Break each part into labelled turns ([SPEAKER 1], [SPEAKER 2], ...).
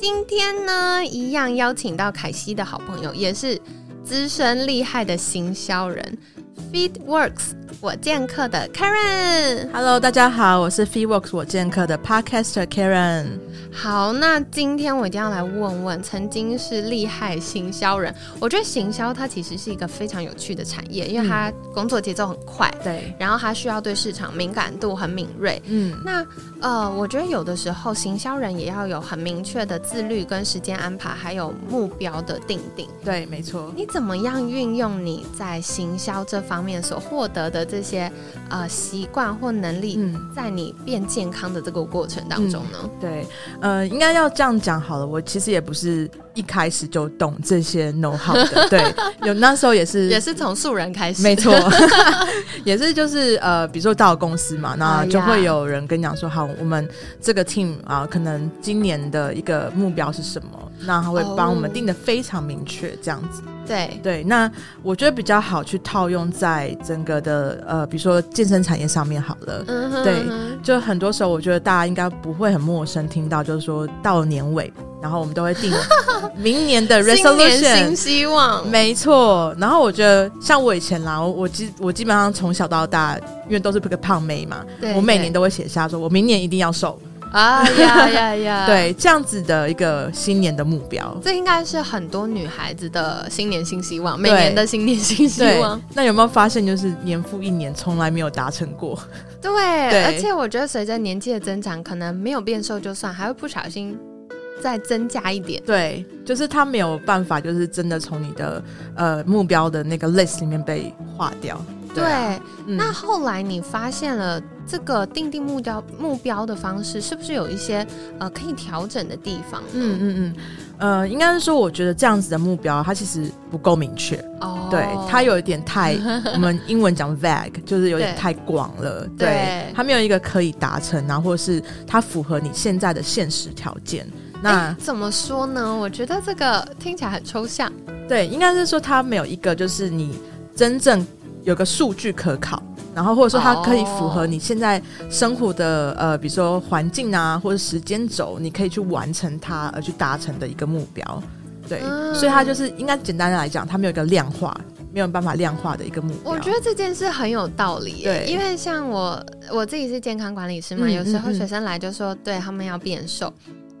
[SPEAKER 1] 今天呢，一样邀请到凯西的好朋友，也是资深厉害的行销人，FeedWorks 我健客的 Karen。
[SPEAKER 2] Hello，大家好，我是 FeeWorks 我健客的 Podcaster Karen。
[SPEAKER 1] 好，那今天我一定要来问问，曾经是厉害行销人，我觉得行销它其实是一个非常有趣的产业，因为它工作节奏很快，
[SPEAKER 2] 对，
[SPEAKER 1] 然后它需要对市场敏感度很敏锐。
[SPEAKER 2] 嗯，
[SPEAKER 1] 那呃，我觉得有的时候行销人也要有很明确的自律跟时间安排，还有目标的定定。
[SPEAKER 2] 对，没错。
[SPEAKER 1] 你怎么样运用你在行销这方面所获得的这些呃习惯或能力，
[SPEAKER 2] 嗯，
[SPEAKER 1] 在你变健康的这个过程当中呢？
[SPEAKER 2] 对，呃，应该要这样讲好了。我其实也不是一开始就懂这些 know how 的，对，有那时候也是，
[SPEAKER 1] 也是从素人开始，
[SPEAKER 2] 嗯没错， 也是就是呃，比如说到公司嘛，那
[SPEAKER 1] 哎呀
[SPEAKER 2] 就会有人跟你讲说，好，我们这个 team 啊、可能今年的一个目标是什么，那他会帮我们
[SPEAKER 1] 哦
[SPEAKER 2] 定的非常明确，这样子。
[SPEAKER 1] 对，
[SPEAKER 2] 对，那我觉得比较好去套用在整个的呃，比如说健身产业上面好了。
[SPEAKER 1] 嗯哼，
[SPEAKER 2] 对
[SPEAKER 1] 嗯哼
[SPEAKER 2] 就很多时候，我觉得大家应该不会很陌生听到，就是说到了年尾，然后我们都会 定明年的
[SPEAKER 1] 新年
[SPEAKER 2] resolution
[SPEAKER 1] 新。希望，
[SPEAKER 2] 没错，然后我觉得像我以前啦，我我基我基本上从小到大，因为都是个胖妹嘛，
[SPEAKER 1] 对
[SPEAKER 2] 我每年
[SPEAKER 1] 对
[SPEAKER 2] 都会写下说，我明年一定要瘦，
[SPEAKER 1] 啊呀呀呀，，
[SPEAKER 2] 对这样子的一个新年的目标。
[SPEAKER 1] 这应该是很多女孩子的新年新希望，每
[SPEAKER 2] 对
[SPEAKER 1] 年的新年新希
[SPEAKER 2] 对
[SPEAKER 1] 望，，
[SPEAKER 2] 那有没有发现就是年复一年从来没有达成过？
[SPEAKER 1] 对，
[SPEAKER 2] 对
[SPEAKER 1] 而且我觉得随着年纪的增长，可能没有变瘦就算，还会不小心再增加一点。
[SPEAKER 2] 对，就是他没有办法，就是真的从你的呃目标的那个 list 里面被划掉。啊嗯
[SPEAKER 1] 那后来你发现了这个定定目标目标的方式，是不是有一些呃可以调整的地方？
[SPEAKER 2] 嗯嗯嗯，呃，应该是说，我觉得这样子的目标，它其实不够明确，
[SPEAKER 1] 哦，
[SPEAKER 2] 对，它有一点太，我们英文讲 vague，就是有点
[SPEAKER 1] 对
[SPEAKER 2] 太广了，
[SPEAKER 1] 对
[SPEAKER 2] 它没有一个可以达成，然后或者是它符合你现在的现实条件。那、
[SPEAKER 1] 哎怎么说呢？我觉得这个听起来很抽象。
[SPEAKER 2] 对，应该是说它没有一个就是你真正有个数据可考，然后或者说它可以符合
[SPEAKER 1] 哦
[SPEAKER 2] 你现在生活的呃，比如说环境啊，或者时间轴，你可以去完成它而去达成的一个目标。对，
[SPEAKER 1] 嗯
[SPEAKER 2] 所以它就是应该简单的来讲，它没有一个量化，没有办法量化的一个目标。
[SPEAKER 1] 我觉得这件事很有道理耶，
[SPEAKER 2] 对
[SPEAKER 1] 因为像我我自己是健康管理师嘛，
[SPEAKER 2] 嗯
[SPEAKER 1] 有时候
[SPEAKER 2] 嗯嗯
[SPEAKER 1] 学生来就说对他们要变瘦，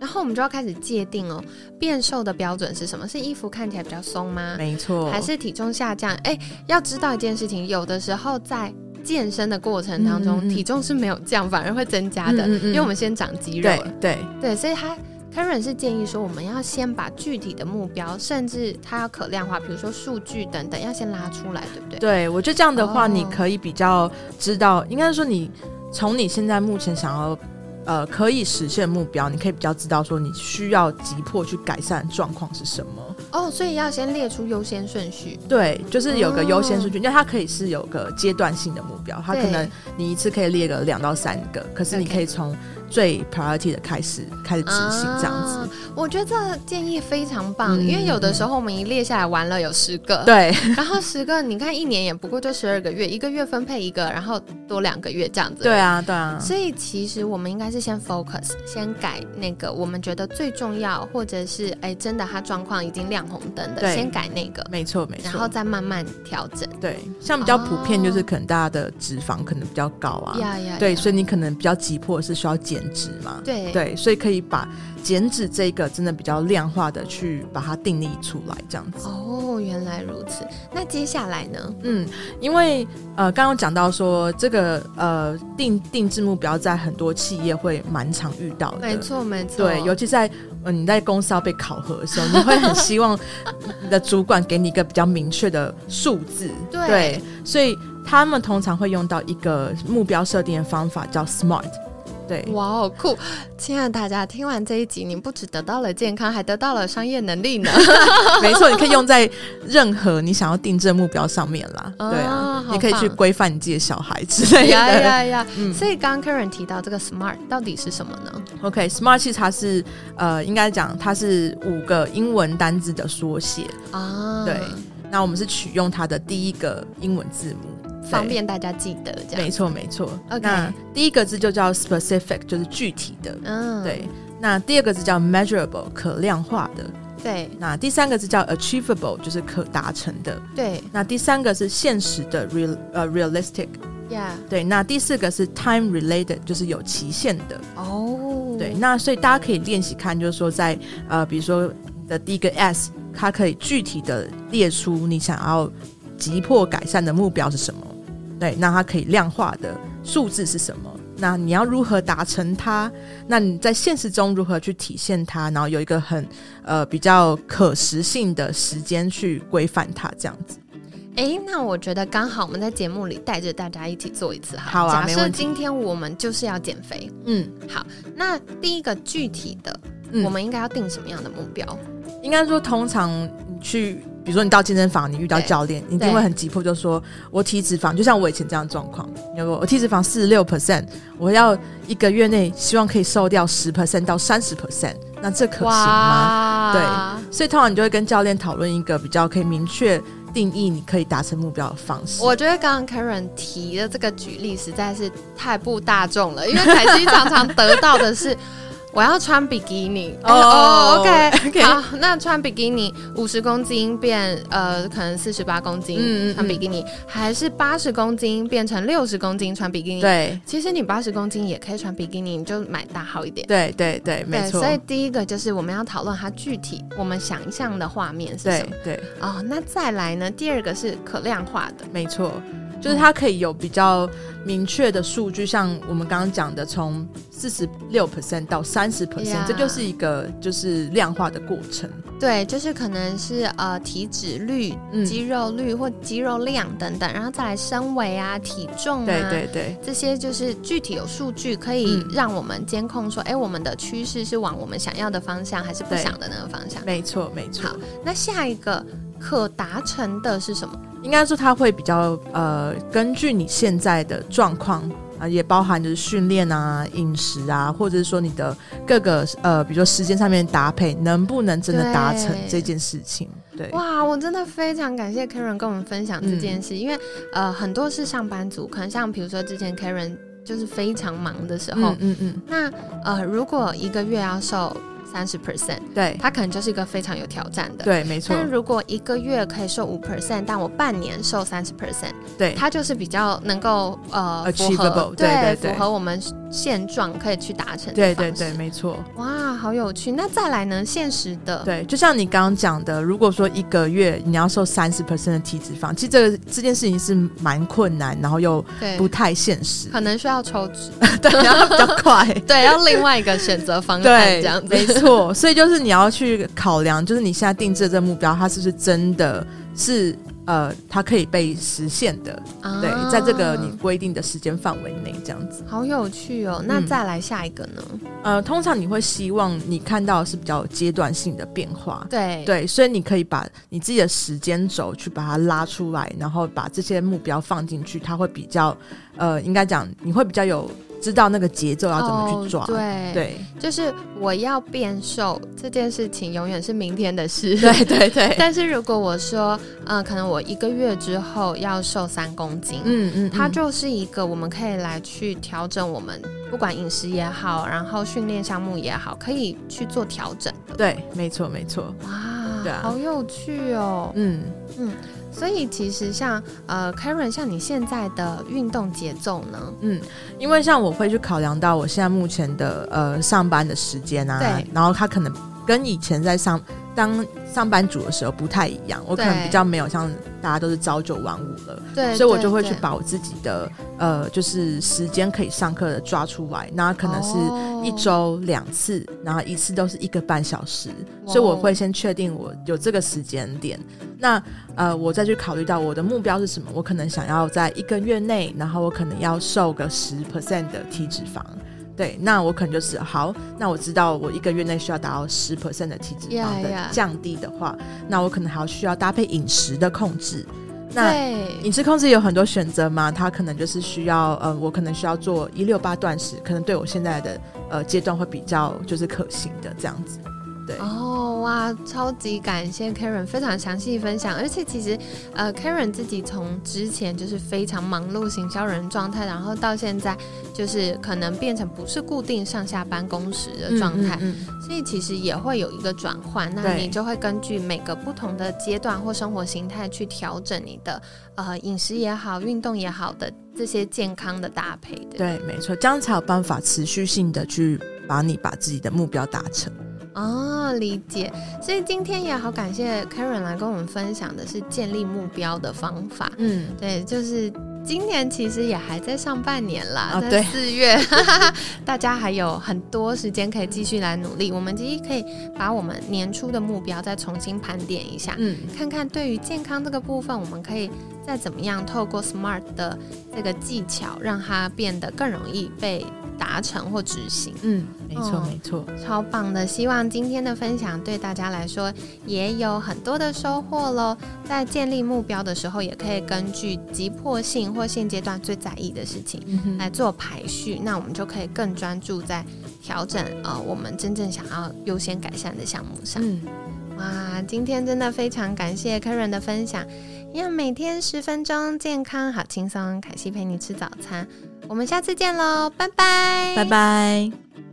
[SPEAKER 1] 然后我们就要开始界定哦，变瘦的标准是什么？是衣服看起来比较松吗？
[SPEAKER 2] 没错，
[SPEAKER 1] 还是体重下降？哎、要知道一件事情，有的时候在健身的过程当中，
[SPEAKER 2] 嗯嗯嗯
[SPEAKER 1] 体重是没有降，反而会增加的，
[SPEAKER 2] 嗯嗯嗯
[SPEAKER 1] 因为我们先长肌肉
[SPEAKER 2] 对
[SPEAKER 1] 了。
[SPEAKER 2] 对
[SPEAKER 1] 对，所以他 Karen 是建议说，我们要先把具体的目标，甚至它要可量化，比如说数据等等，要先拉出来，对不对？
[SPEAKER 2] 对，我觉得这样的话，
[SPEAKER 1] 哦
[SPEAKER 2] 你可以比较知道，应该说你从你现在目前想要。呃，可以实现目标，你可以比较知道说你需要急迫去改善的状况是什么。
[SPEAKER 1] 哦，所以要先列出优先顺序。
[SPEAKER 2] 对，就是有个优先顺
[SPEAKER 1] 哦
[SPEAKER 2] 序，那、它可以是有个阶段性的目标，它可
[SPEAKER 1] 对
[SPEAKER 2] 能你一次可以列个两到三个，可是你
[SPEAKER 1] OK
[SPEAKER 2] 可以从最 priority 的开始开始执行这样子。
[SPEAKER 1] 啊我觉得这建议非常棒，
[SPEAKER 2] 嗯
[SPEAKER 1] 因为有的时候我们一列下来完了有十个，
[SPEAKER 2] 对，
[SPEAKER 1] 然后十个你看一年也不过就十二个月，一个月分配一个，然后多两个月这样子。
[SPEAKER 2] 对。啊，对啊，
[SPEAKER 1] 所以其实我们应该是先 focus，先改那个我们觉得最重要，或者是哎真的它状况已经亮红灯的，
[SPEAKER 2] 对
[SPEAKER 1] 先改那个，
[SPEAKER 2] 没错没
[SPEAKER 1] 然后
[SPEAKER 2] 错。
[SPEAKER 1] 再慢慢调整。
[SPEAKER 2] 对，像比较普遍就是
[SPEAKER 1] 哦
[SPEAKER 2] 可能大家的脂肪可能比较高啊，
[SPEAKER 1] 呀呀，
[SPEAKER 2] 对，
[SPEAKER 1] 呀
[SPEAKER 2] 所以你可能比较急迫是需要减脂嘛？
[SPEAKER 1] 对
[SPEAKER 2] 对，所以可以把减脂这个真的比较量化的去把它定义出来，这样子。
[SPEAKER 1] 哦，原来如此。那接下来呢？
[SPEAKER 2] 嗯，因为呃，刚刚讲到说这个呃定定制目标，在很多企业会蛮常遇到的。
[SPEAKER 1] 没错没错，
[SPEAKER 2] 对，尤其在呃你在公司要被考核的时候，你会很希望你的主管给你一个比较明确的数字，
[SPEAKER 1] 对
[SPEAKER 2] 所以他们通常会用到一个目标设定的方法叫 SMART，对，
[SPEAKER 1] 哇哦，酷！亲爱的大家，听完这一集，你不只得到了健康，还得到了商业能力呢。
[SPEAKER 2] 没错，你可以用在任何你想要定制的目标上面啦。
[SPEAKER 1] 啊
[SPEAKER 2] 对啊，
[SPEAKER 1] 好
[SPEAKER 2] 你可以去
[SPEAKER 1] 棒
[SPEAKER 2] 规范你自己的小孩之类 的。
[SPEAKER 1] 呀呀呀！
[SPEAKER 2] 嗯
[SPEAKER 1] 所以刚刚 Karen 提到这个 smart 到底是什么呢？
[SPEAKER 2] OK，Smart、其实它是呃，应该讲它是五个英文单字的缩写。
[SPEAKER 1] 啊，
[SPEAKER 2] 对，那我们是取用它的第一个英文字母，对
[SPEAKER 1] 方。便大家记得这样。
[SPEAKER 2] 没错，没错。
[SPEAKER 1] OK
[SPEAKER 2] 那第一个字就叫 specific，就是具体的。
[SPEAKER 1] 嗯，
[SPEAKER 2] 对。那第二个字叫 measurable，可量化的。
[SPEAKER 1] 对
[SPEAKER 2] 那第三个字叫 achievable，就是可达成的。
[SPEAKER 1] 对
[SPEAKER 2] 那第三个是现实的 real 呃 realistic，
[SPEAKER 1] 呀，
[SPEAKER 2] 对。那第四个是 time related，就是有期限的。
[SPEAKER 1] 哦，
[SPEAKER 2] 对，那所以大家可以练习看，就是说在呃，比如说你的第一个 S，它可以具体的列出你想要急迫改善的目标是什么。对，那它可以量化的数字是什么？那你要如何达成它？那你在现实中如何去体现它？然后有一个很呃比较可实性的时间去规范它，这样子。
[SPEAKER 1] 哎，那我觉得刚好我们在节目里带着大家一起做一次
[SPEAKER 2] 好啊
[SPEAKER 1] 假
[SPEAKER 2] 没
[SPEAKER 1] 设
[SPEAKER 2] 问题
[SPEAKER 1] 今天我们就是要减肥，
[SPEAKER 2] 嗯，
[SPEAKER 1] 好，那第一个具体的，
[SPEAKER 2] 嗯
[SPEAKER 1] 我们应该要定什么样的目标？
[SPEAKER 2] 应该说，通常你去，比如说你到健身房，你遇到
[SPEAKER 1] 对
[SPEAKER 2] 教练，你一定
[SPEAKER 1] 对
[SPEAKER 2] 会很急迫，就说我体脂肪，就像我以前这样的状况，有没有我体脂肪四十六 percent，我要一个月内希望可以瘦掉十 percent 到三十 percent，那这可行吗？
[SPEAKER 1] 哇，
[SPEAKER 2] 所以通常你就会跟教练讨论一个比较可以明确定义你可以达成目标的方式。
[SPEAKER 1] 我觉得刚刚 Karen 提的这个举例实在是太不大众了，因为凯西常常得到的是 我要穿比基尼。
[SPEAKER 2] 哦
[SPEAKER 1] 哦，OK
[SPEAKER 2] OK
[SPEAKER 1] 好，那穿比基尼五十公斤变呃可能四十八公斤，
[SPEAKER 2] 嗯嗯嗯
[SPEAKER 1] 穿比基尼，还是八十公斤变成六十公斤穿比基尼？，
[SPEAKER 2] 对
[SPEAKER 1] 其实你八十公斤也可以穿比基尼，你就买大号一点。
[SPEAKER 2] 对对对，没
[SPEAKER 1] 对
[SPEAKER 2] 错
[SPEAKER 1] 所，以第一个就是我们要讨论它具体我们想象的画面是什
[SPEAKER 2] 对
[SPEAKER 1] 么
[SPEAKER 2] 对。
[SPEAKER 1] 哦。那再来呢，第二个是可量化的，
[SPEAKER 2] 没错，就是它可以有比较明确的数据，像我们刚刚讲的，从四十六 percent 到三十
[SPEAKER 1] Yeah
[SPEAKER 2] percent，这就是一个就是量化的过程。
[SPEAKER 1] 对，就是可能是呃体脂率、
[SPEAKER 2] 嗯
[SPEAKER 1] 肌肉率或肌肉量等等，然后再来身围啊、体重啊，
[SPEAKER 2] 对对对
[SPEAKER 1] 这些就是具体有数据可以
[SPEAKER 2] 嗯
[SPEAKER 1] 让我们监控说，哎、我们的趋势是往我们想要的方向，还是不
[SPEAKER 2] 对
[SPEAKER 1] 想的那个方向。
[SPEAKER 2] 没错没错
[SPEAKER 1] 好。那下一个可达成的是什么？
[SPEAKER 2] 应该说它会比较呃，根据你现在的状况。啊，也包含就是训练啊、饮食啊，或者是说你的各个呃，比如说时间上面的搭配，能不能真的达成
[SPEAKER 1] 对
[SPEAKER 2] 这件事情？对，嗯
[SPEAKER 1] 哇，我真的非常感谢 Karen 跟我们分享这件事，因为呃，很多是上班族，可能像比如说之前 Karen 就是非常忙的时候，
[SPEAKER 2] 嗯嗯嗯，
[SPEAKER 1] 那呃，如果一个月要瘦三十 percent，
[SPEAKER 2] 对
[SPEAKER 1] 它可能就是一个非常有挑战的。。
[SPEAKER 2] 对，没错，
[SPEAKER 1] 但如果一个月可以瘦五 percent，但我半年瘦三十 percent，
[SPEAKER 2] 对
[SPEAKER 1] 它就是比较能够呃符合
[SPEAKER 2] Achievable，对对对
[SPEAKER 1] 符合我们现状可以去达成
[SPEAKER 2] 对
[SPEAKER 1] 的方
[SPEAKER 2] 对
[SPEAKER 1] 式。
[SPEAKER 2] 对，没错。
[SPEAKER 1] 哇，好有趣！那再来呢？现实的
[SPEAKER 2] 对，就像你刚刚讲的，如果说一个月你要瘦三十 percent 的体脂肪，其实这个这件事情是蛮困难，然后又
[SPEAKER 1] 对
[SPEAKER 2] 不太现实，
[SPEAKER 1] 可能需要抽 脂，。
[SPEAKER 2] 对，然后比较快
[SPEAKER 1] 对，要另外一个选择方案
[SPEAKER 2] 对
[SPEAKER 1] 这样，子。
[SPEAKER 2] 没错，所以就是你要去考量，就是你现在定制的这个目标，它是不是真的是呃，它可以被实现的？
[SPEAKER 1] 啊
[SPEAKER 2] 对，在这个你规定的时间范围内，这样子。
[SPEAKER 1] 好有趣哦。那
[SPEAKER 2] 嗯
[SPEAKER 1] 再来下一个呢？
[SPEAKER 2] 呃，通常你会希望你看到的是比较有阶段性的变化，
[SPEAKER 1] 对
[SPEAKER 2] 对，所以你可以把你自己的时间轴去把它拉出来，然后把这些目标放进去，它会比较，呃，应该讲你会比较有知道那个节奏要怎么去抓。
[SPEAKER 1] 哦对
[SPEAKER 2] 对
[SPEAKER 1] 就是我要变瘦这件事情，永远是明天的事。
[SPEAKER 2] 对对对，
[SPEAKER 1] 但是如果我说，嗯、可能我一个月之后要瘦三公斤，
[SPEAKER 2] 嗯嗯，
[SPEAKER 1] 它
[SPEAKER 2] 嗯
[SPEAKER 1] 就是一个我们可以来去调整我们不管饮食也好，然后训练项目也好，可以去做调整的。
[SPEAKER 2] 对，没错没错，
[SPEAKER 1] 哇，
[SPEAKER 2] 对啊
[SPEAKER 1] 好有趣哦！
[SPEAKER 2] 嗯，
[SPEAKER 1] 所以其实像呃，Karen，像你现在的运动节奏呢？
[SPEAKER 2] 嗯因为像我会去考量到我现在目前的呃上班的时间啊
[SPEAKER 1] 对，
[SPEAKER 2] 然后它可能跟以前在上当上班族的时候不太一样，我可能
[SPEAKER 1] 对
[SPEAKER 2] 比较没有像大家都是朝九晚五了。
[SPEAKER 1] 对，
[SPEAKER 2] 所以我就会
[SPEAKER 1] 对
[SPEAKER 2] 去把我自己的呃，就是时间可以上课的抓出来，那可能是一。
[SPEAKER 1] 哦
[SPEAKER 2] 周两次，然后一次都是一个半小时，
[SPEAKER 1] 哇哦
[SPEAKER 2] 所以我会先确定我有这个时间点。那呃，我再去考虑到我的目标是什么，我可能想要在一个月内，然后我可能要瘦个十 percent 的体脂肪。对，那我可能就是好，那我知道我一个月内需要达到十 percent 的体脂肪
[SPEAKER 1] Yeah,
[SPEAKER 2] 的
[SPEAKER 1] yeah.
[SPEAKER 2] 降低的话那我可能还要需要搭配饮食的控制。那
[SPEAKER 1] 哦对
[SPEAKER 2] 饮食控制有很多选择嘛，它可能就是需要呃，我可能需要做一六八断食，可能对我现在的呃阶段会比较就是可行的这样子。对
[SPEAKER 1] 哦哇，超级感谢 Karen 非常详细分享，而且其实呃 Karen 自己从之前就是非常忙碌行销人状态，然后到现在就是可能变成不是固定上下班工时的状态，
[SPEAKER 2] 嗯嗯嗯
[SPEAKER 1] 所以其实也会有一个转换，那
[SPEAKER 2] 对
[SPEAKER 1] 你就会根据每个不同的阶段或生活形态去调整你的呃饮食也好、运动也好的这些健康的搭配的。
[SPEAKER 2] 对，没错，这样才有办法持续性的去把你把自己的目标达成。
[SPEAKER 1] 哦，理解。所以今天也好感谢 Karen 来跟我们分享的是建立目标的方法。
[SPEAKER 2] 嗯，
[SPEAKER 1] 对，就是今年其实也还在上半年啦，
[SPEAKER 2] 啊
[SPEAKER 1] 在
[SPEAKER 2] 对
[SPEAKER 1] 四月，大家还有很多时间可以继续来努力。我们其实可以把我们年初的目标再重新盘点一下，
[SPEAKER 2] 嗯，
[SPEAKER 1] 看看对于健康这个部分，我们可以再怎么样透过 SMART 的这个技巧，让它变得更容易被达成或执行。
[SPEAKER 2] 嗯，没错，
[SPEAKER 1] 哦
[SPEAKER 2] 没错。
[SPEAKER 1] 超棒的！希望今天的分享对大家来说也有很多的收获喽。在建立目标的时候，也可以根据急迫性或现阶段最在意的事情
[SPEAKER 2] 嗯哼
[SPEAKER 1] 来做排序，那我们就可以更专注在调整呃我们真正想要优先改善的项目上。
[SPEAKER 2] 嗯，
[SPEAKER 1] 哇，今天真的非常感谢 Karen 的分享，让每天十分钟健康好轻松，凯西陪你吃早餐，我们下次见喽，拜拜，
[SPEAKER 2] 拜。拜。